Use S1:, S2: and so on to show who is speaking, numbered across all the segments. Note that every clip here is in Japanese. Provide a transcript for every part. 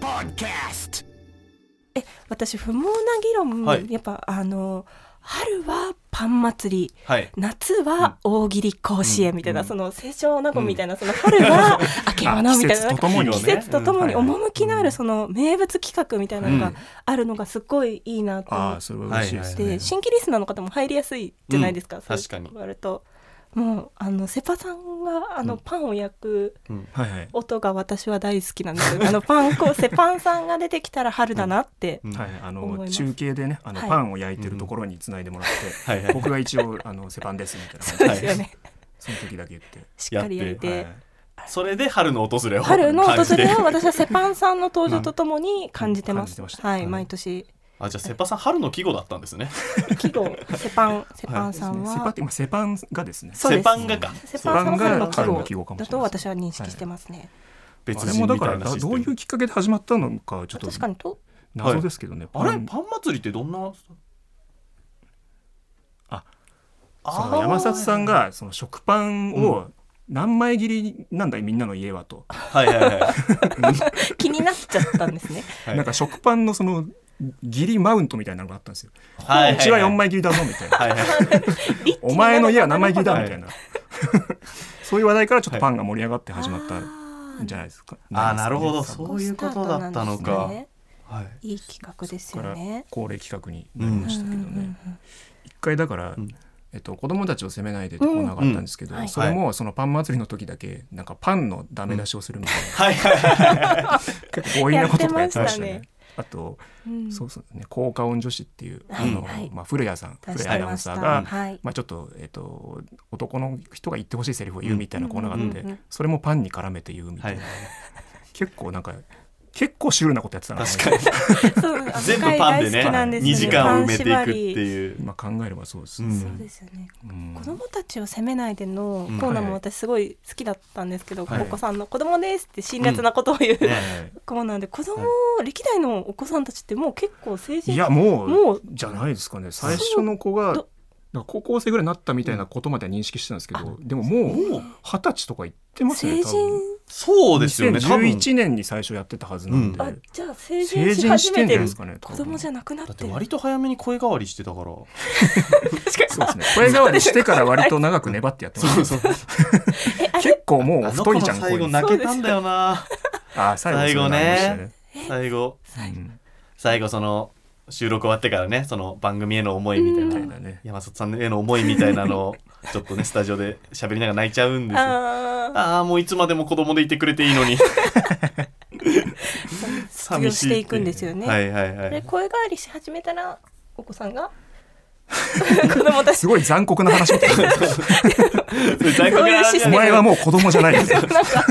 S1: Podcast.
S2: え私不毛な議論、
S3: はい
S2: やっぱあの春はパン祭り
S3: はい。
S2: 夏は大喜利甲子園みたいな、
S3: うん
S2: その清少納言みたいな、その春はあけぼのみたいななんか
S1: もに
S2: 季節とともに
S1: うんはい
S2: 趣のあるその名物企画みたいなのがあるのがすっごいいいなと思
S1: あ
S2: っ
S1: あ、それは嬉しいです
S2: て、
S1: ね。
S2: 新規リスナーの方も入りやすいじゃないですか、
S3: うん
S2: そう
S3: 確かに
S2: 割るともうあのセパさんがあのパンを焼く
S1: はいはい。
S2: 音が私は大好きなんです、あのパン粉セパンさんが出てきたら春だなって、
S3: うん
S1: はい、あ
S2: 思いま
S1: の
S2: す
S1: 中継でね、あの
S2: はい
S1: パンを焼いてるところに繋いでもらっ
S3: はいは
S1: て、
S3: い
S1: 僕が一応あのセパンですみたいな
S2: そう
S1: 感
S2: で
S1: じ
S2: す
S1: で、
S2: よね、
S1: その時だけ言って。
S2: しっかり焼いて。
S1: はい
S3: それで春の訪れを
S2: 春の
S3: 感じ
S2: 訪
S3: て
S2: れを私はセパンさんの登場とともに感じてま
S1: 感じ
S2: す。
S1: てました
S2: は、
S1: はいい
S2: 毎年
S3: あじゃあセパさん春の季語だったんですね
S2: 季語セパンセパンさん
S1: セパっ
S2: は
S1: て今セパンがですね。
S2: そうです
S3: セパンがか
S2: セパンさんの
S1: セパンが
S2: 季語だと私は認識してますね。
S3: 別
S1: あれ
S3: 人
S1: もだ
S3: み
S1: か
S3: たい
S1: ら
S3: なシステ
S1: ど
S3: ム
S1: ういうきっかけで始まったのかちょっと
S2: 確かにと
S1: 謎ですけどね。
S3: あ
S1: パ
S3: れ
S1: ン
S3: パン祭りってどんな
S1: あそ
S3: あ
S1: の
S3: ー
S1: 山里さんがその食パンを何枚切りなんだいみんなの家はと、
S3: はいはいはい
S2: 気になっちゃったんです ね。
S3: はい
S1: なんか食パンのその切りマウントみたいなのがあったんですよ。
S3: はいう
S1: ちは4枚切りだぞみたいな。
S3: はいはい
S1: お前の家は何枚切りだ
S3: はい
S1: みたいな。 そういう話題からちょっとパンが盛り上がって始まったんじゃないですか。
S3: あーなるほど
S1: ですかね
S3: そういうことだったのか
S2: スタートなんですね
S3: はい
S2: いい企画です
S1: だか
S2: よ
S1: ら
S2: ね。
S1: 恒例企画になりましたけどね。
S2: うんうんうん
S1: 一回だから、
S3: うん
S1: えっと、子供たちを責めないでってコーナーがあったんですけど、
S2: うんはい
S1: それもそのパン祭りの時だけなんかパンのダメ出しをするみたいな、
S3: はいはいはい
S1: 結構強引なこととかやってましたね。
S2: やって
S1: あと、
S2: うん
S1: そうそうね効果音女子っていう、
S2: はい
S1: あの
S2: はい
S1: まあ、古谷さん古
S2: 出し
S1: 谷
S2: て
S1: アナウ
S2: ま
S1: ン
S2: し
S1: サ
S2: た
S1: ーが。
S2: はい。
S1: まあ、ちょっと,、えっと男の人が言ってほしいセリフを言うみたいなコーナーがあって、
S2: うんうんうん
S1: それもパンに絡めて言うみた
S3: はいい
S1: な、結構なんか結構シュールなことやってたな
S3: 確かに
S2: そうあの
S3: 全部パン
S2: 大好
S3: でね
S2: きなんすよ
S3: 2時間を埋めていくって
S2: パン縛り
S3: いう
S1: 今考えればそうです、
S3: う
S1: うん
S3: ん
S2: そうですよね。子
S1: 子
S2: 供たちを責めないでのコーナーも私すごい好きだったんですけど、
S3: はい
S2: お子さんの「子供です」って辛辣なことを言う、
S3: ね
S2: コーナーで子供、歴代のお子さんたちってもう結構成人
S1: いやもう
S2: もう
S1: じゃないですかね最初の子が
S2: ど
S1: なんか高校生ぐらいになったみたいなことまでは認識してたんですけど、でもも
S3: も
S1: う
S3: う
S1: 二十歳とか行ってます
S2: 成
S1: ね多
S2: 人
S1: 分
S3: そうですよね多分
S1: 2011年に最初やってたはずなんで、
S2: あじゃあ成
S1: 成
S2: 人し
S1: 人し
S2: 始
S1: てんじゃ
S2: めて
S1: ない
S2: る
S1: ですかね多
S2: 子
S1: 分
S2: 供じゃなくなっ
S3: だってて
S2: る
S3: 割と早めに声変わりしてたから
S1: そうですね声変わりしてから割と長く粘ってやってます
S3: そう
S2: えあれ
S1: 結構もう
S3: あの
S1: 太
S3: 子
S1: い
S3: の
S1: じゃん
S3: 最後
S1: 声
S3: 泣けたんだよな
S1: あー最後そういうのありましたね
S3: 最後
S1: うん
S3: 最後その収録終わってからねその番組への思いみたい
S1: み
S3: な、
S1: たいなね
S3: 山里さんへの思いみたいなのをちょっとねスタジオで喋りながら泣いちゃうんですよ
S2: あ
S3: ああもういつまでも子供でいてくれていいのに
S2: あ失業していくんですよね、
S3: はいはいは
S2: で
S3: い
S2: 声変わりし始めたら お子さんが子供たち
S1: すごい残酷な話みたいな
S3: 在庫があるじ
S1: お
S3: ゃない
S1: 前はもう子供じゃ ないみたい
S2: なん
S1: な
S2: かそ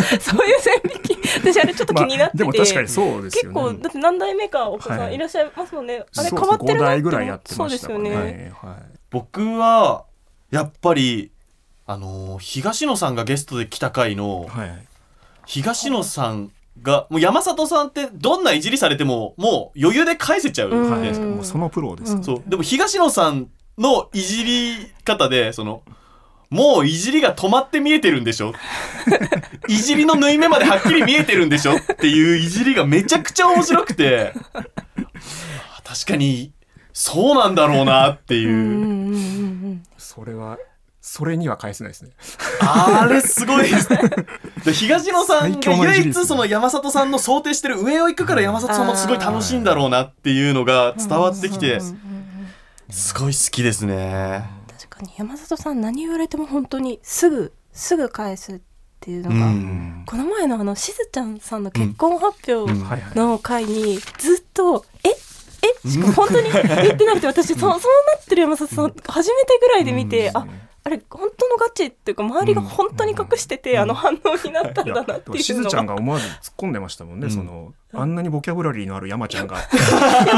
S2: ういう線引き私あれちょっと気になってて、
S1: まあでも確かにそうですよ
S2: 結
S1: ね
S2: 構だって何代目かお子さ
S1: は
S2: ん
S1: い
S2: いらっしゃいますもんね、あれ
S1: そ
S2: 変
S1: う
S2: わってる
S1: 5
S2: な
S1: 代
S2: っ
S1: ぐ
S2: て思
S1: ら
S2: う
S1: いやって
S2: そう
S1: ま
S2: で
S1: した
S2: す
S1: から
S2: よね、
S1: ねはいはい
S3: 僕はやっぱりあのー東野さんがゲストで来た回の
S1: はいはい
S3: 東野さんがもう山里さんってどんないじりされてももう余裕で返せちゃうじゃないですか
S2: うん
S1: もうそのプロです、
S2: うん
S3: そうでも東野さんのいじり方でそのもういじりが止まって見えてるんでしょいじりの縫い目まではっきり見えてるんでしょっていういじりがめちゃくちゃ面白くてあ確かにそうなんだろうなっていうう、
S2: んうんうんうん
S1: それはそれには返せないですね
S3: あれすごいですねで東野さん
S1: 最
S3: が
S1: 強のいじり
S3: 唯一
S1: ですね
S3: その山里さんの想定してる上を行くから山里さんもすごい楽しいんだろうなっていうのが伝わってきて
S2: うんうんうん
S3: すごい好きですね。
S2: 確かに山里さん何言われても本当にすぐすぐ返すっていうのが、
S3: うん
S2: この前のあのしずちゃんさんの結婚発表
S3: うん
S1: はいはい
S2: の回にずっと「ええしかも本 当に言ってなくて私そそうなってる山里さん初めてぐらいで見て、ああれ本当のガチっていうか周りが本当に隠してて、あの反応になったん
S1: いや
S2: だなっていうのが
S1: しずちゃんが思わず突っ込んでましたもんね、
S3: うん
S1: そのあんなにボキャブラリーのある山ちゃんが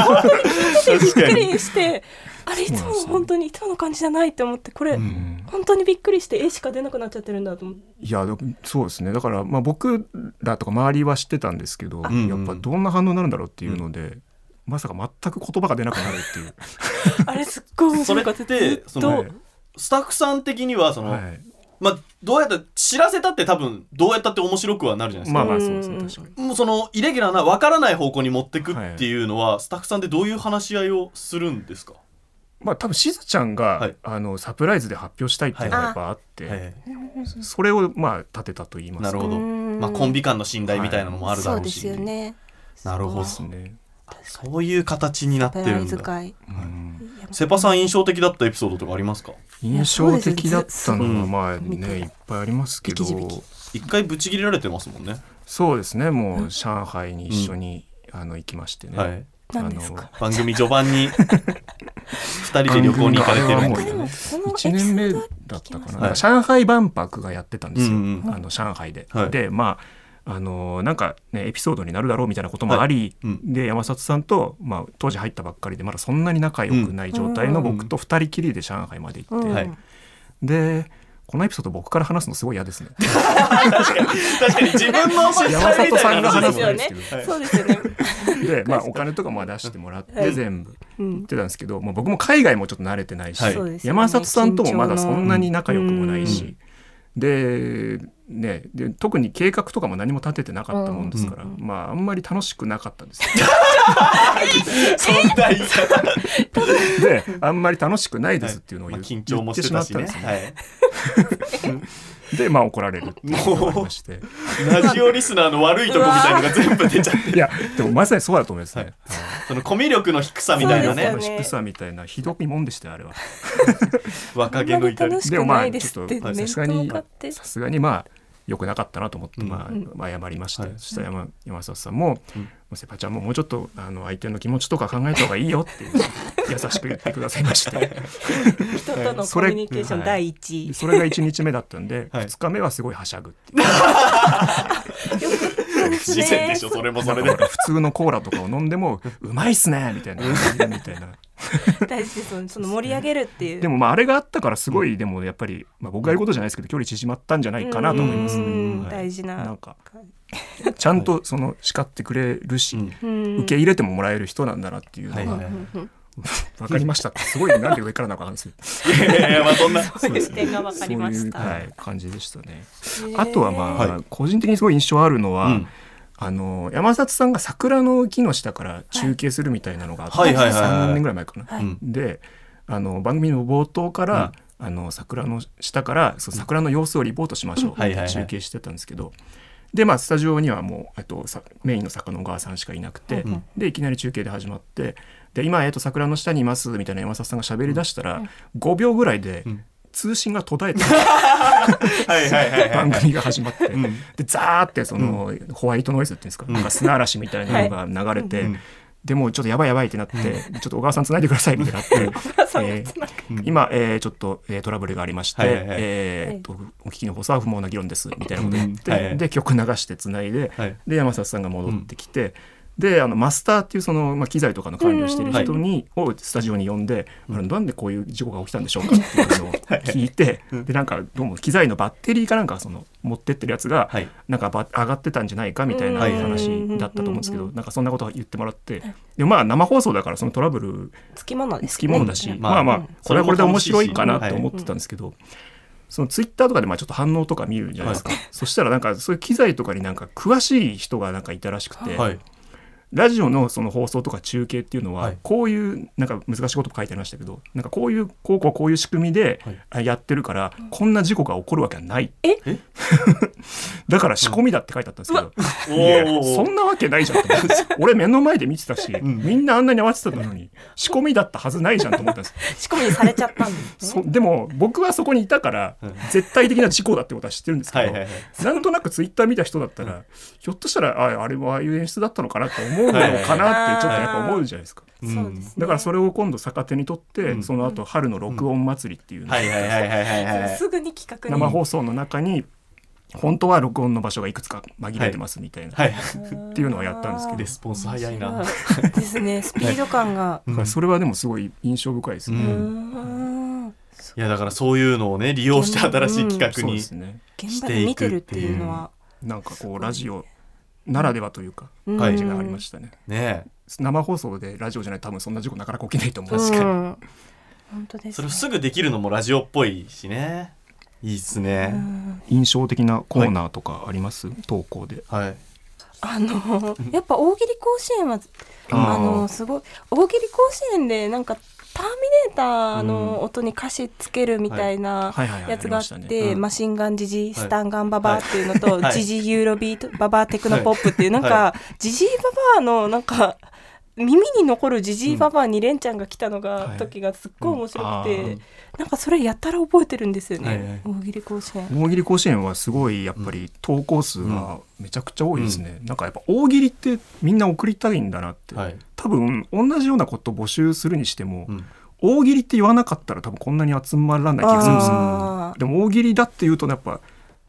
S2: でびっく
S3: 確かに
S2: りしてあれいつも本当にいつもの感じじゃないって思ってこれ、
S1: ん
S2: 本当にびっくりして絵しか出なくなっちゃってるんだと思って
S1: いやだそうですねだから、まあ、僕らとか周りは知ってたんですけどや
S3: ん
S1: っぱどんな反応になるんだろうっていうので、まさか全く言葉が出なくなるっていう
S2: あれすっごい面
S3: それ
S2: 白か
S3: っ
S2: った
S3: て
S2: ずっ
S3: そ
S2: と
S3: のスタッフさん的にはその、
S1: はい
S3: まあ、どうやった知らせたって多分どうやったって面白くはなるじゃないです
S1: ま
S3: か、
S1: あまあそうですね
S2: うん
S1: 確かに
S3: もうそのイレギュラーな分からない方向に持ってくっていうのは、スタッフさんでどういう話し合いをするんですか、
S1: まあ多分しずちゃんが、
S3: はい
S1: あのサプライズで発表したいっていうのがやっぱあって、
S3: え
S1: それをまあ立てたと言い
S3: え
S1: ます
S3: な
S1: か
S3: るほど、
S2: うん
S3: まあ、コンビ間の信頼みたいなのもあるだ
S2: そ
S3: ろ
S2: う
S3: う
S2: で
S3: し、
S2: すよね
S3: なるほど
S1: ですね、
S3: そういう形になって
S2: バ
S3: る
S2: ラ
S3: んだ
S2: 使い
S1: うん
S2: いや
S3: セパさん印象的だったエピソードとかありますか
S1: 印象的だったのはまあ
S2: そうです
S1: ねいっぱいありますけど
S2: ビキビキ
S3: 一回ブチ切れられてますもんね
S1: そうですねもう上海に一緒に、あの行きましてね、
S3: はい
S2: 何ですか
S3: 番組序盤に二人で旅行に行かれてる
S1: 番
S3: ん
S1: 組があれは
S2: なんかで
S3: で
S1: も
S2: もそのエピソ
S1: 1年目
S2: ード
S1: だ
S2: は
S1: ったかな、
S3: はい
S1: 上海万博がやってたんですよ、
S3: うんうん
S1: あの上海で。
S3: はい
S1: でまああのーなんかねエピソードになるだろうみたいなこともあり、
S3: はいうん
S1: で山里さんと、まあ、当時入ったばっかりでまだそんなに仲良くない状態の
S3: うん
S1: 僕と2人きりで上海まで行って、
S2: うん
S3: はい
S1: でこのエピソード僕から話すのすごい嫌です ね。
S3: 確かに 自分の出
S1: 山
S3: 産み
S1: 里
S3: た
S1: さ
S3: い
S1: ん
S3: な
S1: が
S3: 話
S1: 話す
S3: です
S1: の
S3: よね
S1: は嫌ですけ ど
S3: はい
S2: そうですよね
S1: で、まあ、お金とかも出してもらっ
S2: は
S1: て
S2: い
S1: 全部
S2: う
S1: 行っ
S2: ん
S1: てたんですけど、まあ、僕も海外もちょっと慣れてないし、
S3: はい
S2: そうですよね
S1: 山里さんともまだそんなに仲良くもない
S3: 緊
S1: し、で,、ね、で特に計画とかも何も立ててなかったもんですから、
S2: うん
S1: まああんまり楽しくなかったんです よ
S3: そんな言い方
S1: であんまり楽しくないですっていうのを
S3: ま
S1: 言,、
S3: あ、
S1: っ
S3: 緊張もしてたしね
S1: 言ってしまったんですよ
S3: はい
S1: でまあ怒られるっていうことがありまして
S3: ラジオリスナーの悪いとこみたいのが全部出ちゃって
S1: いやでもまさにそうだと思いますね、
S3: はいそのコミュ力の低さみたいな
S2: そうです
S3: ね
S2: よね
S1: 低さみたいなひどいもんでしたよあれは
S3: 若
S2: あ
S3: 気
S2: ん
S3: の
S2: まり
S3: 至り
S2: 楽しくないですって
S1: でもまあちょっと
S2: 面
S1: さすが
S2: と
S1: に
S2: 向かって
S1: さすがにまあ良くなかったなと思って、
S3: うん
S1: まあ
S2: うん
S1: まあ、謝りまして、
S3: はい
S1: そしたら山山里さんも「
S3: うん
S1: もうセパちゃんももうちょっとあの相手の気持ちとか考えた方がいいよ」って いう優しく言ってくださいまして
S2: 人とのコミュニケーション第一
S1: で
S2: 位
S1: それが1日目だったんで、
S3: はい
S1: 2日目はすごいはしゃぐっていう
S3: 不自然でしょそれもそれで
S1: なんか普通のコーラとかを飲んでも「うまいっすね」みたいなみたいな
S2: 大事ですよねその盛り上げるっていう
S1: でもまああれがあったからすごいでもやっぱり、まあ、僕が言うことじゃないですけど距離縮まったんじゃないかなと思いますね
S2: うん
S1: はい
S2: 大事な
S1: なんかちゃんとその叱ってくれるし、
S3: うん
S2: 受
S1: 受け入れてももらえる人なんだなっていうのが、
S3: はいはい
S1: 分かりましたってすごいなんで上からなのかなんで すけど
S3: いやいやまあそんな
S2: そういう視点が分かりまし
S1: そういう、は
S2: た
S1: い、感じでしたね。
S2: へー
S1: あとはまあ、
S3: はい
S1: 個人的にすごい印象あるのは、
S3: うん
S1: あの山里さんが桜の木の下から中継するみたいなのがあって、
S3: はいはいはいはい
S1: 3年ぐらい前かな。
S2: は
S3: う
S2: い
S3: ん
S1: であの番組の冒頭から、あの桜の下からそう桜の様子をリポートしましょうっ
S3: はいはいはい
S1: て中継してたんですけど、でまあスタジオにはもうえっとさメインの坂の小川さんしかいなくて、
S3: うん
S1: でいきなり中継で始まってで今、えっと、桜の下にいますみたいな山里さんが喋り出したら、5秒ぐらいで
S3: ん
S1: 通信が途絶えて、
S3: はいはいはいはい
S1: 番組が始まって、
S3: ん
S1: でザーってその、ホワイトノイズっていうんですか,、なんか砂嵐みたいなのが流れて、
S3: うん
S1: でもうちょっとやばいやばいってなって、ちょっと小川さんつないでくださいみたいになって、 えー今、えーちょっと、えートラブルがありまして、
S3: はいはいはい
S1: えーっとお聞きの放送は不毛な議論ですみたいなこと言って、
S3: うんはいはい
S1: で曲流してつないで、
S3: はい
S1: で山里さんが戻ってきて。であのマスターっていうその、まあ、機材とかの管理をしている人に、をスタジオに呼んで、あのなんでこういう事故が起きたんでしょうかって いうのを聞いて、でなんかどうも機材のバッテリーかなんかその持ってってるやつが、
S3: はい
S1: なんかば上がってたんじゃないかみたいな
S3: はい
S1: 話だったと思うんですけど、なんかそんなこと言ってもらって、でもまあ生放送だからそのトラブル
S2: つきものです
S1: つきものだし、
S2: うん
S1: まあま
S3: う
S1: あ
S3: ん
S1: これはこれで面白いか
S3: それ
S1: な
S3: も楽しいし
S1: と思ってたんですけど、そのツイッターとかでまあちょっと反応とか見るじゃないですか、そしたらなんかそういう機材とかになんか詳しい人がなんかいたらしくて、
S3: はい
S1: ラジオのその放送とか中継っていうの
S3: は
S1: はいこういうなんか難しいこと書いてありましたけどなんかこういうこうこうこういう仕組みで
S3: はい
S1: あやってるからこんな事故が起こるわけはない
S3: え
S1: だから仕込みだって書いてあったんですけど、
S3: お
S1: いや
S3: ー
S1: そんなわけないじゃんと思って俺目の前で見てたし、
S3: ん
S1: みんなあんなに慌ててたのに仕込みだったはずないじゃんと思ったんです
S2: 仕込みにされちゃったんです
S1: そ
S2: ね
S1: でも僕はそこにいたから
S3: うん
S1: 絶対的な事故だってことは知ってるんですけど
S3: はいはいはい
S1: なんとなくツイッター見た人だったら、ひょっとしたらああれはああいう演出だったのかなって思うのかなってちょっとやっぱ思うじゃないですか。
S3: うん
S2: そうですね
S1: だからそれを今度逆手にとって、
S3: うん
S1: その後春の録音祭りっていうの、
S3: はいはいはいはいはいはい
S2: すぐに企画に
S1: 生放送の中に本当は録音の場所がいくつか紛れてますみたいな、
S3: はい
S1: っていうのはやったんですけど
S3: レスポンス早いな
S2: そうですねスピード感が
S1: だからそれはでもすごい印象深いですね。
S3: う
S2: うんん
S3: いやだからそういうのをね利用して新しい企画
S1: そう
S3: に
S1: ですね
S2: 現場で見てるっていうのは
S1: なんかこうラジオならではというか
S2: うん
S3: はい
S1: 感じがありましたね。
S3: ね
S1: 生放送でラジオじゃないと多分そんな事故なかなか起きないと思うし、
S3: 確かに
S2: うん本当で
S3: え
S2: す
S3: そ
S2: ね
S3: れすぐできるのもラジオっぽいしねいいっすね、
S1: 印象的なコーナーとかあります、投稿で
S3: はい
S2: あのやっぱ大喜利甲子園は
S1: あー
S2: あのすごい大喜利甲子園でなんか「ターミネーター」の音に歌詞つけるみたいな
S1: はいはいはいはい
S2: やつがあ
S1: ありま
S2: っ
S1: した
S2: て
S1: ね
S2: 「
S1: うん
S2: マシンガンジジイ
S3: はい
S2: スタンガンババア」っていうのと
S3: は
S2: 「
S3: い
S2: ジジイユーロビートババアテクノポップ」っていうなん
S3: は
S2: かジジイババアのなんか。耳に残るジジイババアにレンちゃんが来たのが、
S1: はい
S2: 時がすっごい面白くて、
S1: うんあー
S2: なんかそれやったら覚えてるんですよね、
S3: はいはい
S2: 大喜利甲子園
S1: 大喜利甲子園はすごいやっぱり投稿数がめちゃくちゃ多いですね、なんかやっぱ大喜利ってみんな送りたいんだなって、
S3: はい
S1: 多分同じようなこと募集するにしても、
S3: うん
S1: 大喜利って言わなかったら多分こんなに集まらない気がするんですよ
S2: あー
S1: でも大喜利だって言うとねやっぱ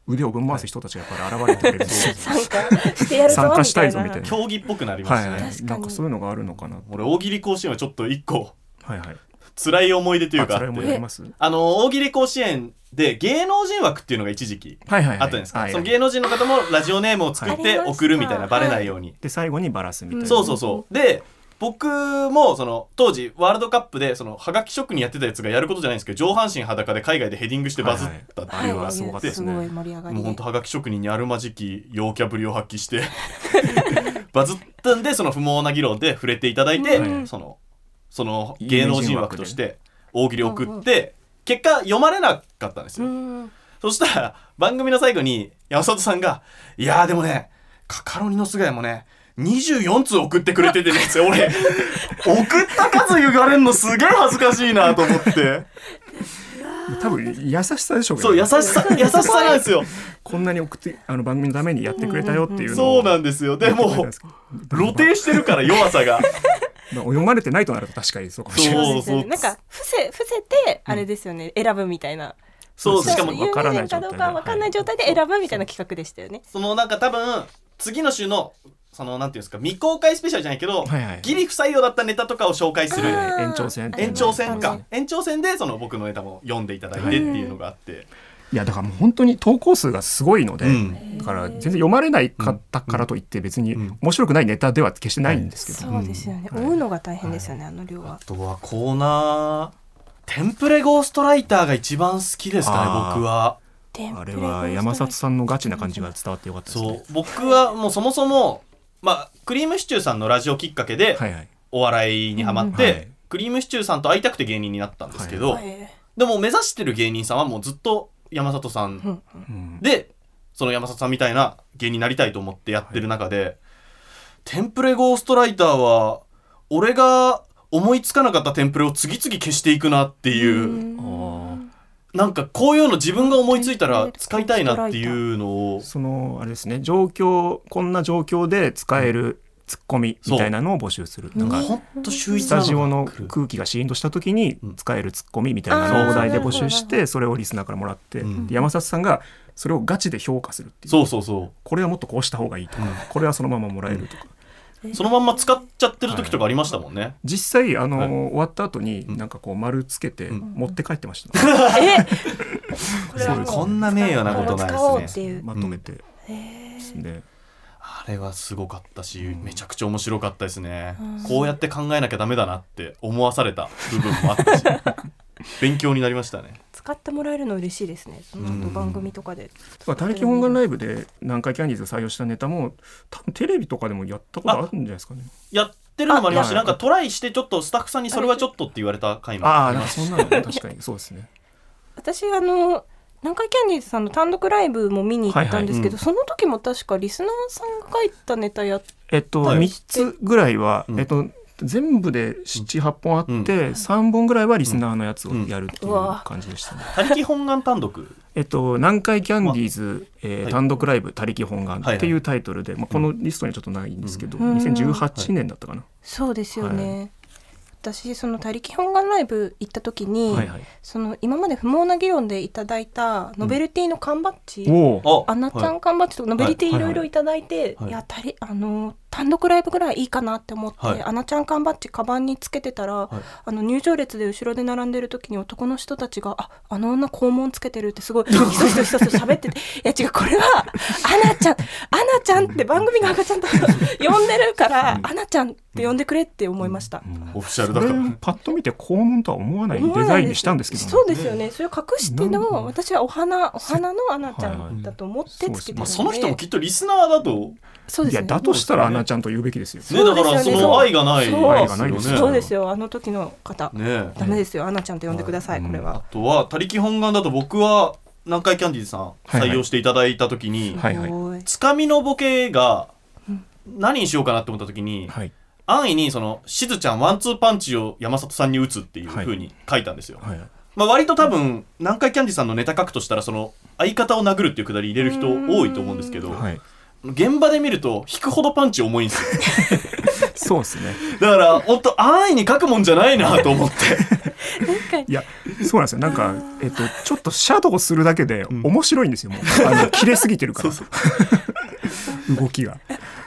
S1: 腕をぶん回す人たちがやっぱり現れてくれるんですよ
S2: 参加してやるぞみたいな
S1: 参加したいぞみたいな
S3: 競技っぽくなりま
S1: は
S3: す
S1: い
S3: ね、
S1: は
S2: 確か
S1: い、
S2: に
S1: なんかそういうのがあるのかなと
S3: 俺大喜利甲子園はちょっと一個
S1: はいはい
S3: 辛い思い出というか
S1: あ辛い思い出あります
S3: あの大喜利甲子園で芸能人枠っていうのが一時期
S1: はいはいはい
S3: あったんですか、
S1: はい
S3: その芸能人の方もラジオネームを作っ
S2: はい
S3: て送るみたい
S2: あ
S3: な
S2: りまし
S3: バ
S2: た
S3: レないように、
S1: で最後にバラすみたいな、
S2: うん
S3: そうそうそうで僕もその当時ワールドカップでそのハガキ職人やってたやつがやることじゃないんですけど上半身裸で海外でヘディングしてバズったって
S1: あ
S3: い
S1: れ
S3: うの
S1: は
S3: が
S1: すごかったですね
S2: ごい盛り上がり
S3: もう
S2: で
S3: ほんとはがき職人にあるまじき陽キャぶりを発揮して バズったんでその不毛な議論で触れていただいて、
S1: うん
S3: そのその芸能人枠として大喜利を送って、結果読まれなかったんです
S2: う
S3: よ、
S2: ん
S3: そしたら番組の最後に山里さんが「いやーでもねカカロニの菅谷もね24通送ってくれててね」俺送った数言われんのすげえ恥ずかしいなと思って
S1: 多分優しさでしょうけど
S3: そう優しさ優しさなんですよ
S1: こんなに送ってあの番組のためにやってくれたよっていうの
S3: そ
S1: を
S3: うなんですよ でもう露呈してるから弱 さが
S1: まあ読まれてないとなると確かにそうかもしれない
S2: そうですよね
S3: そう
S2: なんか伏せ伏せてあれですよね、選ぶみたいな
S3: そう
S1: そう
S3: しかも
S1: そう
S2: 有
S1: わから
S2: 名
S1: な
S2: 人
S1: い状
S2: か
S1: 態で
S2: どうかわかんない状態で選ぶみたいな企画でしたよね、
S3: そのなんか多分次の週のそのなんていうんですか未公開スペシャルじゃないけど、
S1: はいはい
S3: ギリ不採用だったネタとかを紹介する
S2: あー
S1: 延長戦
S3: 延長戦
S2: う
S3: か
S2: ん
S3: 延長戦でその僕のネタも読んでいただいてっていうのがあって、
S1: いやだからもう本当に投稿数がすごいので、
S3: うん
S1: だから全然読まれないかったからといって別に
S3: うん
S1: 面白くないネタでは決してないんですけど、
S2: そうですよね、
S1: うん
S2: 追うのが大変ですよね、あの量は
S3: あとはコーナーテンプレゴーストライターが一番好きですかね
S1: あー
S3: 僕は
S1: あれは山里さんのガチな感じが伝わってよかったです
S3: そ
S1: ね。
S3: う僕はもうそもそもまあクリームシチューさんのラジオきっかけで、
S1: はいはい。
S3: お笑いにハマって、
S1: うんはい
S3: クリームシチューさんと会いたくて芸人になったんですけど、
S2: んえ
S3: でも目指してる芸人さんはもうずっと山里さん
S2: ーうん
S1: うん
S3: でその山里さんみたいな芸人になりたいと思ってやってる中で、テンプレゴーストライターは俺が思いつかなかったテンプレを次々消していくなっていう、
S1: あー
S3: なんかこういうの自分が思いついたら使いたいなっていうのを
S1: そのあれですね状況こんな状況で使えるツッコミみたいなのを募集する。
S2: う
S1: なんか
S3: ほんと秀
S1: ス
S3: 逸な
S1: タジオ
S3: の
S1: の
S3: が来る
S1: 空気がシーンとした時に
S3: うん
S1: 使えるツッコミみたいなのをお題で募集し
S2: あ
S1: てそれをリスナーからもらって、
S3: うん
S1: で山里さんがそれをガチで評価するっていう
S3: そうそうそ
S1: これはもっとこうした方がいいとか、これはそのままもらえるとか、
S3: うそのまんま使っちゃってる時とかありましたもんね、
S1: 実際あの、
S3: はい
S1: 終わった後に
S3: うん
S1: なんかこう丸つけて
S3: うん
S1: 持って帰ってました、
S2: えこれはもう
S1: そうこ
S3: んな名誉な
S1: こと
S3: ないですね
S2: 使おうっていう、
S1: まとめてですね、
S3: あれはすごかったし、めちゃくちゃ面白かったですね、こうやって考えなきゃダメだなって思わされた部分もあ ったし勉強になりましたね
S2: 使ってもらえるの嬉しいですねそのちょっと番組とかで、
S1: まあ、他力本願ライブで南海キャンディーズが採用したネタも多分テレビとかでもやったことあるんじゃないですかね
S3: やってるのもありますし
S1: あ
S3: なんかトライしてちょっとスタッフさんにそれはちょっとって言われた回も
S1: あ
S3: あ
S1: あ
S3: り
S1: なん
S3: ま
S1: か
S3: す
S1: そんなのね確かにそうですね
S2: 私あの南海キャンディーズさんの単独ライブも見に行ったんですけど、その時も確かリスナーさんが書いたネタやっ
S1: えっと、
S3: はい
S1: 3つぐらいは、
S3: うん
S1: えっと全部で78本あって、3本ぐらいはリスナーのやつをやるっていううん
S2: うわ
S1: 感じでしたね、
S3: 他力本願単独
S1: えっと、南海キャンディーズ、えー
S3: はい
S1: 単独ライブ「他力本願」
S3: はい
S1: っていうタイトルで、まあ、このリストにはちょっとないんですけど、
S2: うん
S1: 2018年だったかな、
S2: そうですよね、私その「他力本願ライブ」行った時に、
S1: はいはい
S2: その今まで不毛な議論でいただいたノベルティの缶バッジ、
S1: おお
S3: あ
S2: あなちゃ
S3: は
S2: ん缶バッジとかノベルティ
S1: はいい
S2: ろいろいただいて、
S3: はい
S2: いやたりあのー単独ライブぐらいいいかなって思って、
S3: はい
S2: あのちゃん缶バッジカバンにつけてたら、
S3: い
S2: あの入場列で後ろで並んでる時に男の人たちが「ああの女肛門つけてる」ってすごいひそひそひそひそ喋って て「いや違うこれはアナちゃんアナちゃん」って番組が赤ちゃんと 呼んでるから「アナちゃん」って呼んでくれって思いました。
S3: オフィシャル
S1: こ
S3: だ
S1: れ
S3: から。
S1: パッと見て肛門とは思わない
S2: 思わ
S1: デ
S2: な
S1: ザイ
S2: いで
S1: ンにしたんですけどね、
S2: そうですよね。それを隠して
S1: なんか
S2: の私はお花お花のアナちゃんだと思ってつけてる
S3: ま
S2: の
S3: あ、
S2: で、
S3: その人もきっとリスナーだと。
S2: そうで
S1: い
S2: す
S1: や
S2: よね
S1: だとしたらアナちゃんと言うべきですよ。
S3: ね、だから
S2: そです
S3: そう
S2: よね
S3: の愛がない。
S2: そう愛
S1: がないですよ
S2: そうですよあの時の方。
S3: ね
S2: ダメですよアナちゃんと呼んでください、
S1: うん
S2: これ
S3: あ
S2: は。
S3: とは、他力本願だと僕は、南海キャンディーズさん
S1: いはい
S3: 採用していただいたときに、
S1: はいはい
S2: すごい
S3: つかみのボケが
S2: うん、
S3: 何にしようかなって思ったときに、
S1: はい
S3: 安易にその、しずちゃんワンツーパンチを山里さんに打つっていうふうに書いたんですよ。
S1: はい
S3: まあ割と多分、南海キャンディーズさんのネタ書くとしたら、その、相方を殴るっていうくだり入れる人多いと思うんですけど、
S1: はい、
S3: 現場で見ると、引くほどパンチ重いんですよ。
S1: そうですね。
S3: だから、本当安易に書くもんじゃないなと思って。
S2: 確かに
S1: いや、 そうなんですよ。なんか、えっと、ちょっとシャドウするだけで、面白いんですよ。もう、あの、切れすぎてる から。動きが。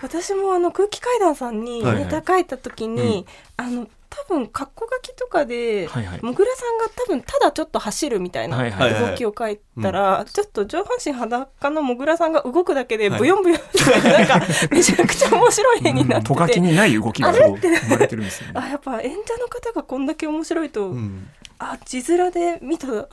S2: 私もあの空気階段さんに
S3: はいはい
S2: ネタ書いた時に、
S1: うん
S2: あの多分格好書きとかで、
S1: はいはい
S2: もぐらさんが多分ただちょっと走るみたいな
S1: はいはい
S3: はい
S2: 動きを書いたら、ちょっと上半身裸のもぐらさんが動くだけで
S3: はい
S2: ブヨンブヨン ってなんかめちゃくちゃ面白い絵になって
S1: とがき
S2: て。
S1: にない動きが
S2: あれ
S1: そう生まれてるんですよね。
S2: あやっぱ演者の方がこんだけ面白いと、
S3: うん
S2: あ字面で見たも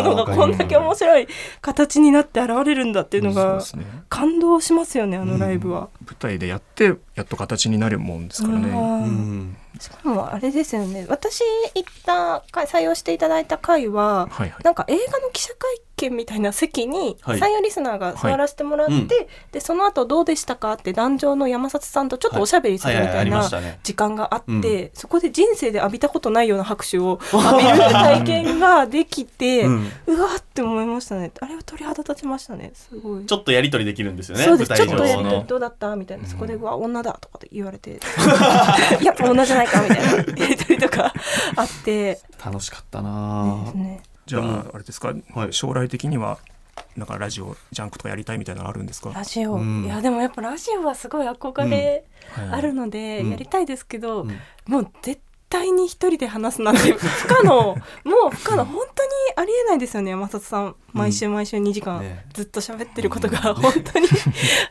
S2: のがこんだけ面白い形になって現れるんだっていうの
S1: そう
S2: が
S1: ですね。
S2: 感動しますよねあのライブは。
S1: 舞台でやって、やっと形になるもんですからね。
S2: うん
S3: うん
S2: しかもあれですよね私行った回採用していただいた回は、
S1: はいはい。
S2: なんか映画の記者会見みたいな席に
S3: はい
S2: 採用リスナーが座らせてもらって、
S3: はいうん
S2: でその後どうでしたかって壇上の山里さんとちょっとおしゃべりするみ
S3: はいはい
S2: た
S3: はいあ
S2: い
S3: りま
S2: な
S3: したね
S2: 時間があって、
S3: う
S2: そこで人生で浴びたことないような拍手を 浴びる体験ができて、う
S3: うん
S2: わーって思いましたねあれは鳥肌立ちましたねすごい
S3: ちょっとやりとりできるんですよね。
S2: そうですちょ
S3: 舞
S2: っ
S3: 台
S2: とや
S3: 上
S2: り
S3: の
S2: とりどうだったみたいなそこで「うわ女だ」とかって言われて 「いや女じゃないか」みたいなやりとりとかあって
S3: 楽しかったなぁ
S2: ね
S1: じゃあ、あれですか
S3: は。い
S1: 将来的には。なんかラジオジャンクとかやりたいみたいなのあるんですか。
S2: ラジオ、
S3: うん
S2: いやでもやっぱラジオはすごい憧れあるので
S3: うん
S2: やりたいですけど、
S3: うん
S2: もう絶対に一人で話すなん て不可能もう不可能本当にありえないですよね山里さん毎週毎週2時間
S3: ね
S2: ずっと喋ってることが本当 に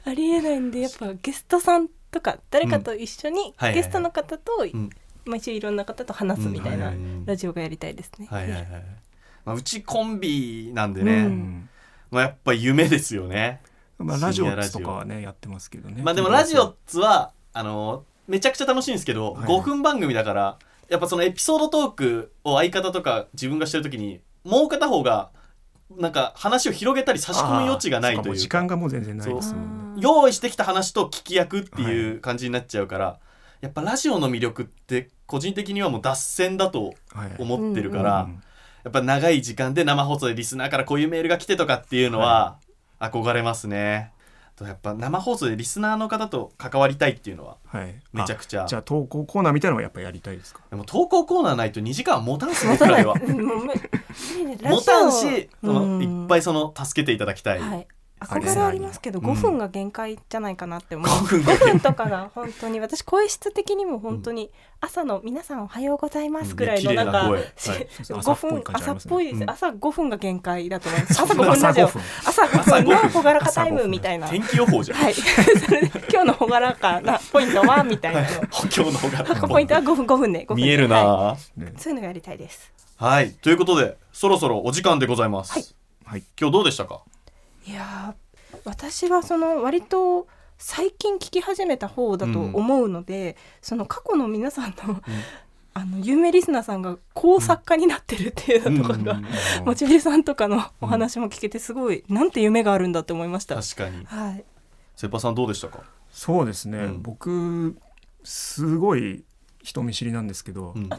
S2: ありえないんでやっぱゲストさんとか誰かと一緒に
S3: はいはいはい
S2: ゲストの方と
S3: ん
S2: 毎週いろんな方と話すみたいな
S3: うんはいはいはい
S2: ラジオがやりたいですね。
S3: はいはいはい。 まあ、うちコンビなんで
S2: う
S1: う
S3: ね、
S1: ん
S3: まあ、やっぱ夢ですよね。
S1: まあ、ラジオッツとかはね、やってますけどね。
S3: まあでもラジオっつは、あの、めちゃくちゃ楽しいんですけど、
S1: はい
S3: 5分番組だから、やっぱそのエピソードトークを相方とか自分がしてるときに、もう片方が、なんか話を広げたり差し込む余地がな
S1: あー
S3: い
S1: そうか
S3: と
S1: も
S3: いうう
S1: 時間がもう全然ないですもんね。
S2: うん
S3: 用意してきた話と聞き役っていう感じになっちゃうから、やっぱラジオの魅力って個人的にはもう脱線だと
S1: はい
S3: 思ってるか
S1: う
S3: ら、
S1: ん
S3: やっぱ長い時間で生放送でリスナーからこういうメールが来てとかっていうのは憧れますね。あとやっぱ生放送でリスナーの方と関わりたいっていうのは
S1: はい、
S3: めちゃくちゃ
S1: あじゃあ投稿コーナーみたいなのはやっぱやりたい ですか
S3: でも投稿コーナーないと2時間は持たんすね
S2: 持
S3: 僕
S2: たな
S3: ら
S2: い
S3: は。
S2: うんもう無理でラジオ
S3: 持たんし、その
S2: うん
S3: いっぱいその助けていただきたい。
S2: はい、
S1: あれ
S2: 憧れありますけど
S3: うん
S2: 5分が限界じゃないかなって思う、
S3: 5分が
S2: 5分とかが本当に私声質的にも本当に朝の「皆さんおはようございます」ぐらいの
S3: うんいや
S2: なんか、
S3: 綺麗な声はい
S2: 5分
S1: 朝
S2: 朝
S1: っ
S2: っ
S1: ぽ
S2: ぽ
S1: い
S2: い
S1: 感じありますねう
S2: です、
S1: ん
S2: 朝5分が限界だと思います朝5
S1: 朝
S2: 分ラジオ
S1: 5分
S2: 朝5分の朗らかタイムみたいなは
S3: 天
S2: い
S3: 気予報じゃん。
S2: それで今日の朗らかなポイントはみたいなの
S3: 補強の方が。
S2: ポイントは5分5分で、5分で
S3: 見えるな
S2: はい
S3: ぁ。
S1: ね
S2: そういうのがやりたいです
S3: はい。ということで、そろそろお時間でございます。
S2: はい
S1: はい
S3: 今日どうでしたか
S2: いやー私はその割と最近聞き始めた方だと思うので、その過去の皆さんの,、 あの有名リスナーさんがこう作家になってるっていうのとかが、
S3: うん
S2: もちびりさんとかのお話も聞けてすごい、なんて夢があるんだって思いました。
S3: 確かに。
S2: はい、
S3: セッパさんどうでしたか
S1: そうですね、
S3: うん
S1: 僕すごい人見知りなんですけど、
S3: うん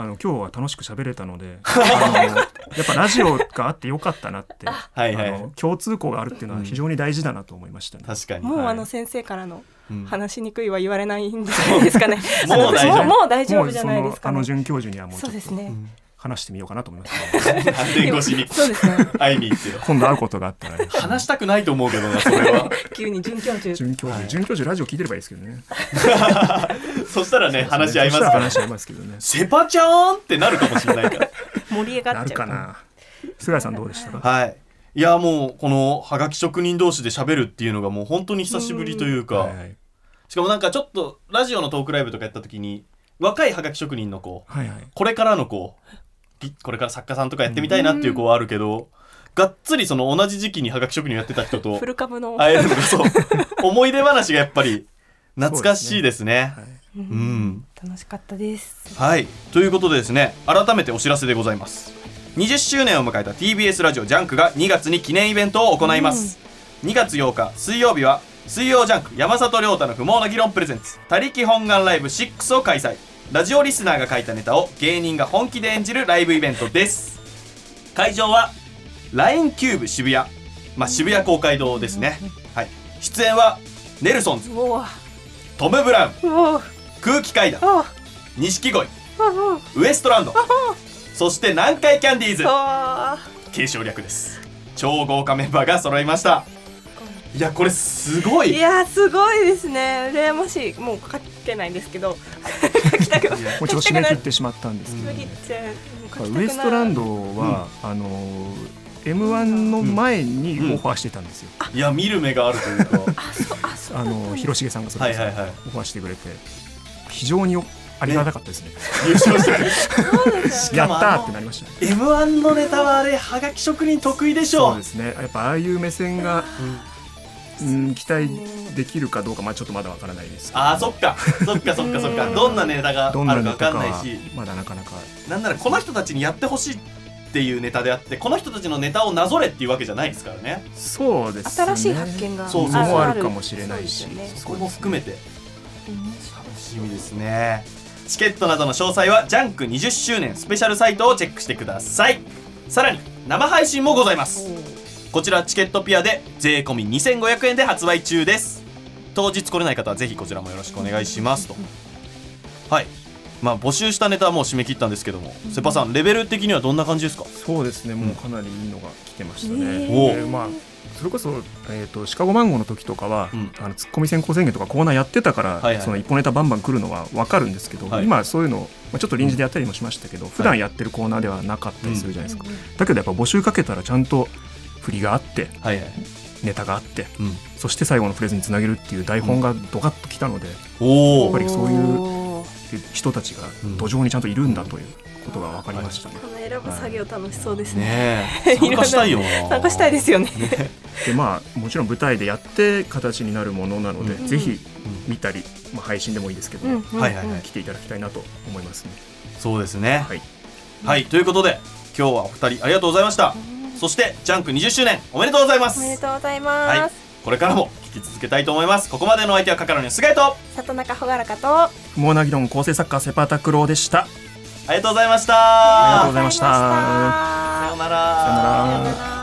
S1: あの今日は楽しく喋れたの であのやっぱラジオがあってよかったなって
S3: はいはい
S1: あの共通項があるっていうのは非常に大事だなと思いましたね、
S3: 確かに。
S2: もう
S3: はい
S2: あの先生からの
S3: うん
S2: 話しにくいは言われないんじゃないですかね。
S3: もう大丈夫
S2: あのもうもう大丈夫じゃないですか
S1: もうそのあの
S2: ね。
S1: 准教授にはもうち
S2: そ
S1: ょっ
S2: う
S1: と
S2: ですね。
S1: 話してみようかなと思いました、 ね、
S3: 発展越 しに
S2: そうですね。
S3: 会いに行ってよ
S1: 今度会うことがあったら
S3: 話したくないと思うけ どなそれは
S2: 急に准教授。
S1: 准教授准教授ラジオ聞いてればいいですけどね
S3: そしたらね話し合います
S1: そした
S3: からら
S1: 話し合いますけどね
S3: セパちゃんってなるかもしれないから
S2: 盛り上が
S1: な
S2: っ
S1: る
S2: ちゃ
S1: か
S2: う。
S1: な菅井さんどうでしたか
S3: はいいやもうこのはがき職人同士で喋るっていうのがもう本当に久しぶりというか、
S1: はいはい
S3: しかもなんかちょっとラジオのトークライブとかやった時に若いはがき職人の子
S1: はいはい
S3: これからの子りこれから作家さんとかやってみたいなっていう子はあるけど、がっつりその同じ時期にはがき職人やってた人と
S2: フル株の。
S3: 会えるのがそう思い出話がやっぱり懐かしいですね。
S1: はい
S3: うん
S2: 楽しかったです。
S3: はいということでですね改めてお知らせでございます20周年を迎えた TBS ラジオジャンクが2月に記念イベントを行います、2月8日水曜日は水曜ジャンク山里亮太の不毛な議論プレゼンツ「他力本願ライブ6」を開催ラジオリスナーが書いたネタを芸人が本気で演じるライブイベントです会場は LINE キューブ渋谷まあ渋谷公会堂ですね、はい、出演はネルソンズ
S2: うおー
S3: トム・ブラウン
S2: うおー
S3: 空気階段
S2: おー
S3: 錦鯉
S2: おーおー
S3: ウエストランドそして南海キャンディーズ
S2: あ
S3: 継承略です超豪華メンバーが揃いましたいやこれすご
S2: ー
S3: い
S2: いやーすごいですね羨ましいもう書けないんですけど書きたくない
S1: もうちょっと締め切ってしまったんですけど
S2: 無
S1: ね
S2: 理っちゃもう書きたく
S1: ウ
S2: ない
S1: エストランドは、あの M1 の前にオファーしてたんですよ、
S3: いや見る目がある というか
S2: あそうあそう
S1: あの広重さんがそれこそ
S3: はいはいはい
S1: オファーしてくれて非常にありがたかったですね
S3: 優勝してる
S2: そうですよ
S1: や
S2: ね
S1: ったーってなりましたね
S3: M1 のネタはあれはがき職人得意でし
S1: そう
S3: ょ
S1: ですねやっぱああいう目線が、うん、期待できるかどうか、まあ、ちょっとまだわからないですけど
S3: あーそっかそっかそっかそっかどんなネタがあ
S1: どんな
S3: る
S1: ネ
S3: か
S1: タ
S3: わか
S1: か
S3: んない
S1: は
S3: し
S1: まだなかなか
S3: なんならこの人たちにやってほしいっていうネタであってこの人たちのネタをなぞれっていうわけじゃないですからね
S1: そうですね
S2: 新しい発見が
S3: そうそう
S1: もあるかもしれないし
S2: そうですよね
S3: そこも含めて
S2: うん
S3: 楽しみですねチケットなどの詳細はジャンク20周年スペシャルサイトをチェックしてくださいさらに生配信もございますこちらチケットピアで税込み2500円で発売中です当日来れない方はぜひこちらもよろしくお願いしますとはいまあ募集したネタはもう締め切ったんですけどもセパさんレベル的にはどんな感じですか
S1: そうですねもうかなりいいのが来てました
S2: ね
S1: ね、
S3: え
S1: でまあそれこそ、えー、とシカゴマンゴーの時とかは、
S3: うん
S1: あのツッコミ先行宣言とかコーナーやってたから、
S3: はいはい
S1: その一本ネタバンバン来るのは分かるんですけど、
S3: はい
S1: 今そういうの、まあ、ちょっと臨時でやったりもしましたけど、普段やってるコーナーではなかったりするじゃないですか、だけどやっぱ募集かけたらちゃんと振りがあって
S3: はいはい
S1: ネタがあって
S3: うん
S1: そして最後のフレーズにつなげるっていう台本がドカッときたので、
S3: お
S1: やっ
S3: お
S1: ぱりそういう
S2: おー
S1: 人たちが土壌にちゃんといるんだということが分かりましたね。
S2: この選ぶ作業楽しそうですね
S3: ねえ参加 したいよな
S2: 参加したいですよね
S1: でまあもちろん舞台でやって形になるものなので、
S3: うん
S1: ぜひ見たり、まあ、配信でもいいですけど、
S2: うんうんうん
S3: はいはいはい
S1: 来ていただきたいなと思いますね。
S3: そうですね
S1: はい、
S3: はい、ということで今日はお二人ありがとうございましたそしてジャンク20周年おめでとうございま
S2: お
S3: す
S2: めでとうござい
S3: は
S2: ま
S3: い
S2: す、
S3: これからも聞き続けたいと思いますここまでのお相手はカカロニの菅井とあ
S2: 里中ほがらかと
S1: 不毛な議論構成作家セパタクローでした。
S3: りがとうございまし
S1: ありがとう
S3: た
S1: ございました
S2: ありがとうございました
S3: さ
S1: さようなら
S2: さ
S3: ような
S2: ようなら